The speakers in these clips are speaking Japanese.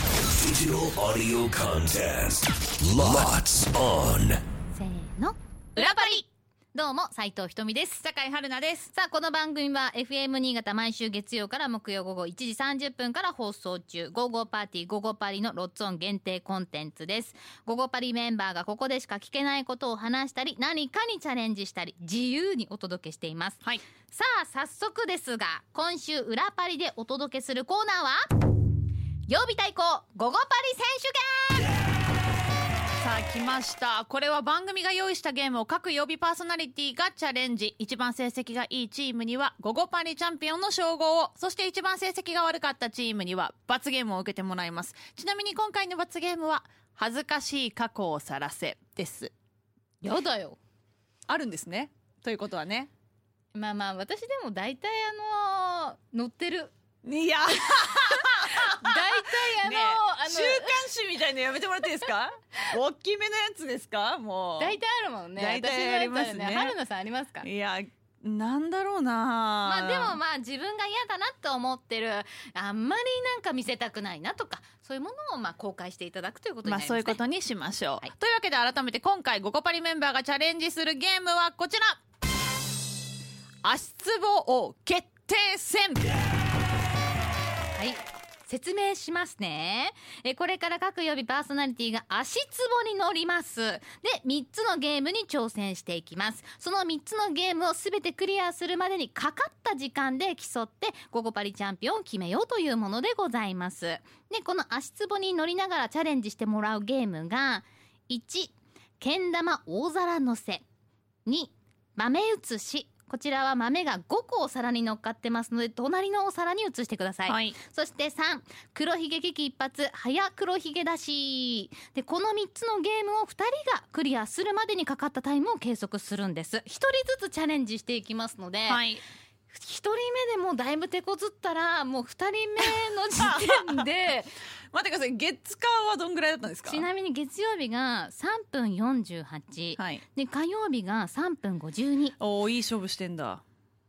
Digital audio contest. Lots on. せーの。裏パリどうも、斉藤ひとみです。坂井春奈です。さあ、この番組は FM 新潟毎週月曜から木曜午後1時30分から放送中、午後パーティー午後パリのロッツオン限定コンテンツです。午後パリメンバーがここでしか聞けないことを話したり、何かにチャレンジしたり、自由にお届けしています。はい。さあ、早速ですが、今週裏パリでお届けするコーナーは、曜日対抗午後パリ選手権さあ来ました。これは番組が用意したゲームを各曜日パーソナリティがチャレンジ。一番成績がいいチームには午後パリチャンピオンの称号を、そして一番成績が悪かったチームには罰ゲームを受けてもらいます。ちなみに今回の罰ゲームは恥ずかしい過去を晒せです。やだよ。あるんですね。ということはね。まあまあ私でも大体あのー乗って るいや、大体あのー、ねあの週刊誌みたいのやめてもらっていいです か大きめのやつですかもう。大体あるもんね大体あります私のねやつは春菜さんありますかいや、なんだろうなまあでもまあ自分が嫌だなと思ってるあんまりなんか見せたくないなとかそういうものをまあ公開していただくということにまなりあますそうねいうことにしましょはう。いというわけで改めて今回ゴコパリメンバーがチャレンジするゲームはこちら足つぼ王決定戦はい説明しますねえこれから各曜日パーソナリティが足つぼに乗りますで3つのゲームに挑戦していきますその3つのゲームを全てクリアするまでにかかった時間で競って午後パリチャンピオンを決めようというものでございますでこの足つぼに乗りながらチャレンジしてもらうゲームが1けん玉大皿乗せ2豆移しこちらは豆が5個お皿に乗っかってますので隣のお皿に移してください、い。そして3黒ひげ危機一発早黒ひげだしでこの3つのゲームを2人がクリアするまでにかかったタイムを計測するんです1人ずつチャレンジしていきますので、はい。 1人目でもうだいぶ手こずったらもう2人目の時点 で待ってください。月間はどんぐらいだったんですかちなみに月曜日が3分48、はい。で火曜日が3分52おおいい勝負してんだ。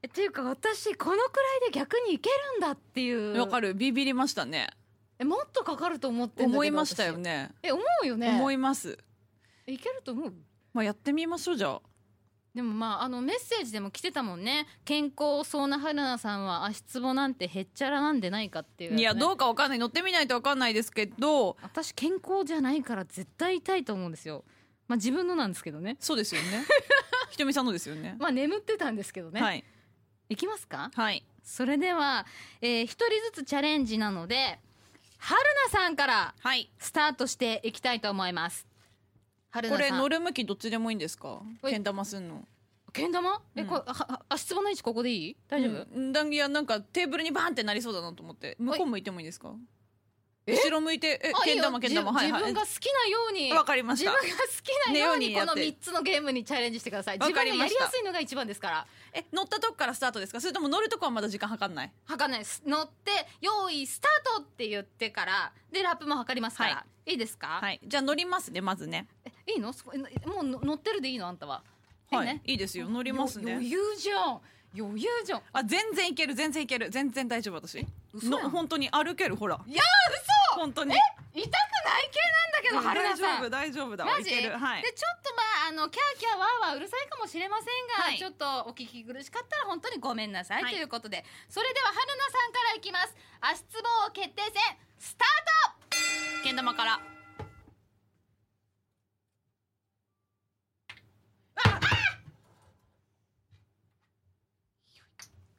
っていうか私このくらいで逆にいけるんだっていうわかる。ビビりましたね。えもっとかかると思ってんだけど思いましたよね。私え思うよね思います。いけると思うまあやってみましょうじゃあ。でもまああのメッセージでも来てたもんね健康そうな春菜さんは足つぼなんてへっちゃらなんでないかっていう、いやどううかわかんない。乗ってみないとわかんないですけど、私健康じゃないから絶対痛いと思うんですよまあ自分のなんですけどねそうですよ ね。ひとみさんのですよね。まあ眠ってたんですけどね、、はいい。きますかはい。それではえー、一人ずつチャレンジなので春菜さんからはい。スタートしていきたいと思います春こ菜れさん乗る向きどっちでもいいんですかいけん玉すんのけん玉え、うんこれはは足つぼの位置ここでいい大丈夫、うんだいやなんかテーブルにバーンってなりそうだなと思って向こう向いてもいいですか後ろ向いてえあいけいんよ玉けん玉じは自いは分いが好きなようにわかりまし自分たが好きなようにねよこうにやのって3つのゲームにチャレンジしてくださいわ自分かがりやりまやしたすいのが一番ですからえ乗ったとこからスタートですかそれとも乗るとこはまだ時間計んない測らないです乗って用意スタートって言ってからでラップも測りますから、、はいいですか、はいじゃあ乗りますねまずねえい、いのそこえもうの乗ってるでいいのあんたははいねいいですよ乗りますよね余裕じゃん余裕じゃんあ全然いける全然いける全然大丈夫私嘘やんの本当に歩けるほらいや嘘本当に痛くない系なんだけど春菜大さ丈ん夫大丈夫だわマいジけるはいでちょっとまああのキャーキャーわーわーうるさいかもしれませんが、はいちょっとお聞き苦しかったら本当にごめんなさい、はいということでそれでは春菜さんからいきます足つぼ王決定戦スタートけん玉から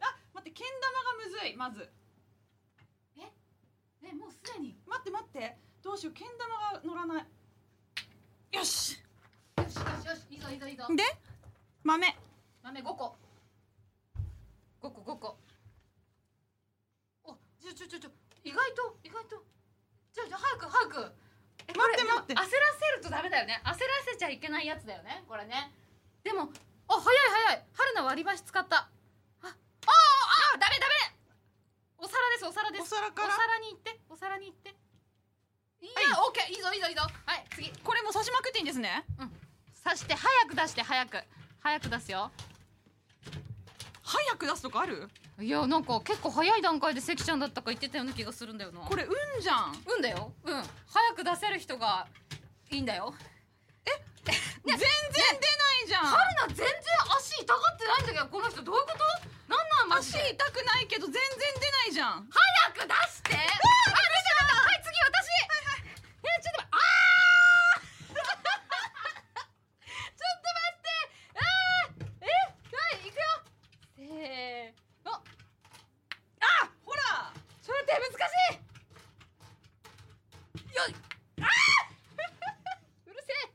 あ待ってけん玉がむずいまずねもうすでに待って待ってどうしようけん玉が乗らないよしよしよしよしいいぞいいぞいいぞで豆豆5個5個5個おちょちょちょちょ意外と意外とちょちょ早く早くえこれ待ってでも待って焦らせるとダメだよね焦らせちゃいけないやつだよねこれねでもあ早い早い春菜割り箸使ったああーあーダメダメお皿ですお皿ですお皿からお皿に行ってお皿に行っていや、オッケーいいぞいいぞいいぞはい次これもう刺しまくっていいんですねうん刺して早く出して早く早く出すよ早く出すとかあるいやなんか結構早い段階で関ちゃんだったか言ってたような気がするんだよなこれ運じゃんうんだようん早く出せる人がいいんだよ全然出ないじゃん、春菜全然足痛がってないんだけどこの人どういうことなんなんマジ足で痛くないけど全然出ないじゃん早く出してあ、出てたはい次私え、ちょっと待ってあー ちょっと待ってあーえ、はい、いくよせーのあほらちょっと待って難しいよいあー うるせえ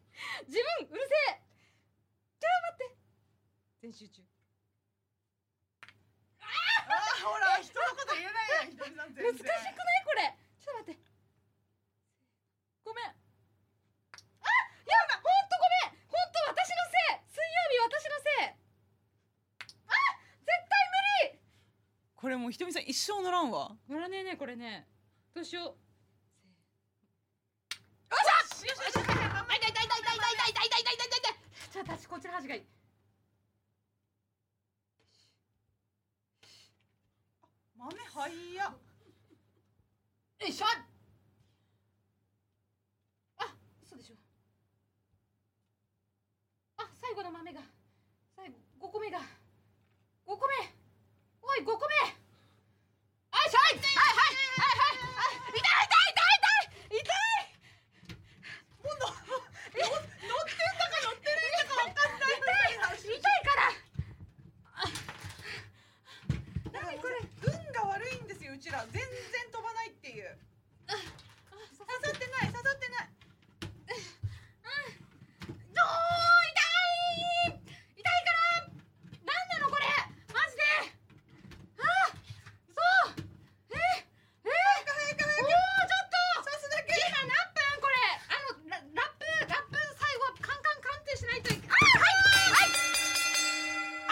自分うるせえちょっと待って全集中あほら人のこと言えないやんひとみさん難しくないこれちょっと待ってごめんあやばほんとごめんほんと私のせい水曜日私のせいあ絶対これもうひとみさん一生乗らんわ無理乗らねえねこれねどうしようよしよしよし痛い痛い痛い痛い痛い痛い痛い痛い痛い痛いちょっと私こっちの端がいい豆はいやよいしょあそうでしょあ最後の豆が最後5個目が5個目おい5個目あいしょはいはいはいはいはい痛い痛い痛い痛い痛い痛い痛いから何これ運が悪いんですようちら全然飛ばないっていう刺さってない刺さってないどう痛い痛いから何なのこれマジであそうええ早く早く早くもうちょっと刺すだけ今何分これあのララップラップ最後カンカンカンってしないといけあは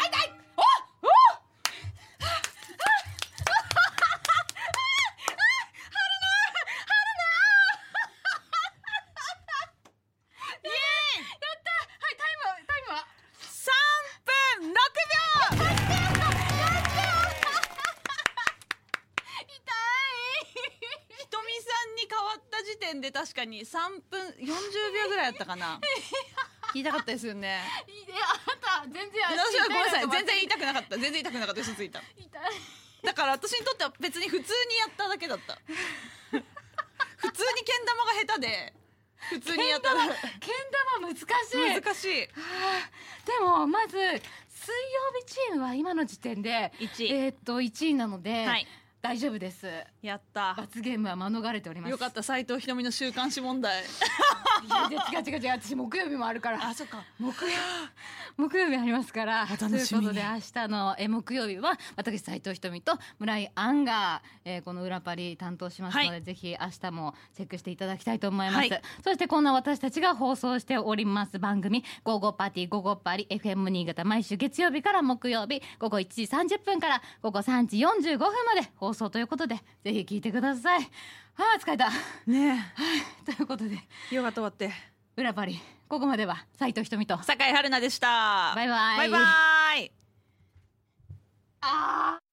いはいはいはいおおやったはいタイムタイムは三分六秒痛いひとみさんに変わった時点で確かに3分40秒ぐらいだったか な言いたかったですよね えあなた全然私はごめんなさい全然言いたくなかった全然言いたくなかった嘘ついた痛いだから私にとっては別に普通にやっただけだった 普通にけん玉が下手で普通にやったけだん玉難しい難しいでもまず水曜日チームは今の時点で1えーっと1位なので、はい大丈夫ですやった罰ゲームは免れておりますよかった斎藤ひとみの週刊誌問題いや違う違う違う私木曜日もあるからあそっか木曜木曜日ありますからお楽しみといにうことで明日のえ木曜日は私斉藤ひとみと村井アンが、えーこの裏パリ担当しますので、はぜひ明日もチェックしていただきたいと思います、はいそしてこんな私たちが放送しております番組「午後パーティー午後パリ FM 新潟」毎週月曜日から木曜日午後1時30分から午後3時45分まで放送ということでぜひ聞いてくださいああ疲れたねということでえよかった終わって裏パリここまでは斉藤ひとみと酒井春菜でしたバイバイバイバイああ